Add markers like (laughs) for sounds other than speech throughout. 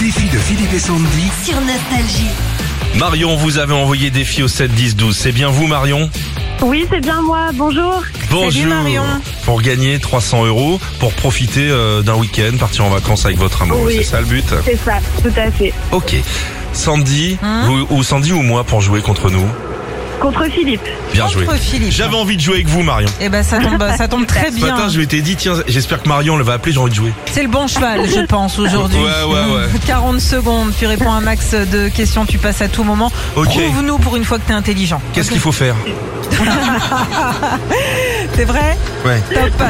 défi de Philippe et Sandy. sur Nostalgie. Marion, vous avez envoyé défi au 7 10 12. C'est bien vous, Marion Oui, c'est bien moi, bonjour. Bonjour. Marion. Pour gagner 300 euros, pour profiter euh, d'un week-end, partir en vacances avec votre amour. Oui. C'est ça le but. C'est ça, tout à fait. Ok. Sandy, vous- ou Sandy ou moi pour jouer contre nous. Contre Philippe. Bien joué. Contre Philippe. J'avais envie de jouer avec vous, Marion. Eh ben ça tombe, (laughs) ça tombe très Ce matin, bien. je m'étais dit, tiens, j'espère que Marion le va appeler, j'ai envie de jouer. C'est le bon cheval, je pense, aujourd'hui. Ouais, ouais, (laughs) ouais. 40 secondes, tu réponds à un max de questions, tu passes à tout moment. Ok. Prouve-nous pour une fois que t'es intelligent. Qu'est-ce qu'il faut faire C'est vrai Ouais. (laughs) Top.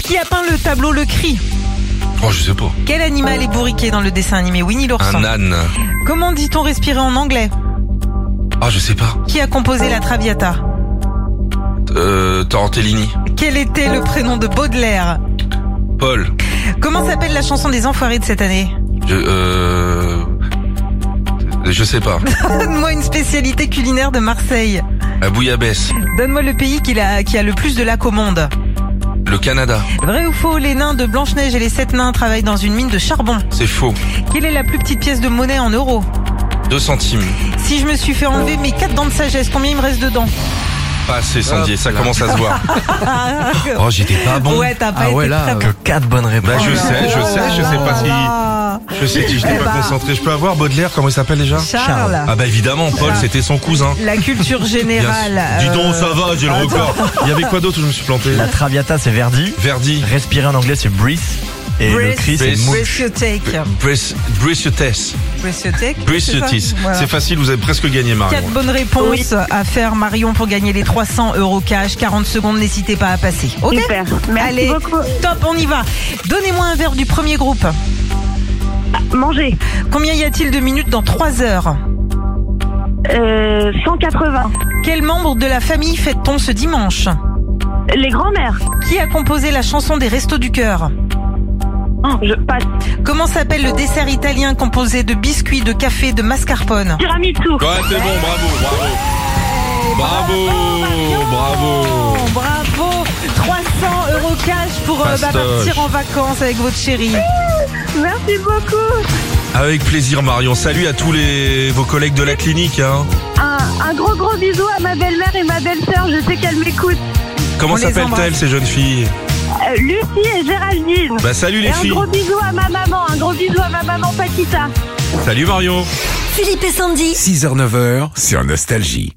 Qui a peint le tableau Le Cri Oh, je sais pas. Quel animal est bourriqué dans le dessin animé Winnie l'ourson Un âne. Comment dit-on respirer en anglais Ah, je sais pas. Qui a composé la Traviata Euh, Tarantellini. Quel était le prénom de Baudelaire Paul. Comment s'appelle la chanson des enfoirés de cette année Je, euh, je sais pas. Donne-moi une spécialité culinaire de Marseille. La bouillabaisse. Donne-moi le pays qui a, qui a le plus de lacs au monde. Le Canada. Vrai ou faux, les nains de Blanche-Neige et les sept nains travaillent dans une mine de charbon. C'est faux. Quelle est la plus petite pièce de monnaie en euros 2 centimes. Si je me suis fait Oh. enlever mes quatre dents de sagesse, combien il me reste dedans Pas assez, Sandy. Ça commence à se (laughs) voir. Oh, j'étais pas Ah, Ouais, t'as pas Ah été ouais, très là, bon. que 4 bonnes réponses. Bah, euh, je sais, je Oh là sais, je là sais pas là si. là. Je sais si je t'ai Eh pas bah. concentré. Je peux avoir Baudelaire, comment il s'appelle déjà Charles. Ah, bah évidemment, Paul, c'était son cousin. La culture Bien générale. sûr. Dis donc, euh, ça va, j'ai le record. Il y avait quoi d'autre où je me suis planté La Traviata, c'est Verdi. Verdi. Respirer en anglais, c'est breath. Et le Breath. cri, c'est Breath. mouche. Brace your take. Bruce Yotis. Brace your take, Bruce c'est ça Yotis. Voilà. C'est facile, vous avez presque gagné, Quatre Marion. bonnes réponses à faire, Marion, pour gagner les 300 euros cash. 40 secondes, n'hésitez pas à passer. Ok Super. Merci Allez, beaucoup. top, on y va. Donnez-moi un verre du premier groupe. Manger. Combien y a-t-il de minutes dans 3 heures Euh, 180. Quel membre de la famille fête-t-on ce dimanche Les grands-mères. Qui a composé la chanson des Restos du Cœur Oh, je passe. Comment s'appelle le dessert italien composé de biscuits, de café, de mascarpone Tiramisu. Ouais, c'est bon, bravo, bravo. Bravo, Oh, bravo. Bon, Bravo 300 euros cash pour euh, bah, Fastoche. partir en vacances avec votre chérie. Merci beaucoup. Avec plaisir, Marion. Salut à tous les vos collègues de la clinique. Hein. Un, un gros gros bisou à ma belle-mère et ma belle-sœur. Je sais qu'elles m'écoutent. Comment On les s'appellent-elles embrasse. ces jeunes filles Euh, Lucie et Géraldine. Bah salut Et les un filles. gros bisou à ma maman. Un gros bisou à ma maman Paquita. Salut Marion. Philippe et Sandy. 6h, 9h sur Nostalgie.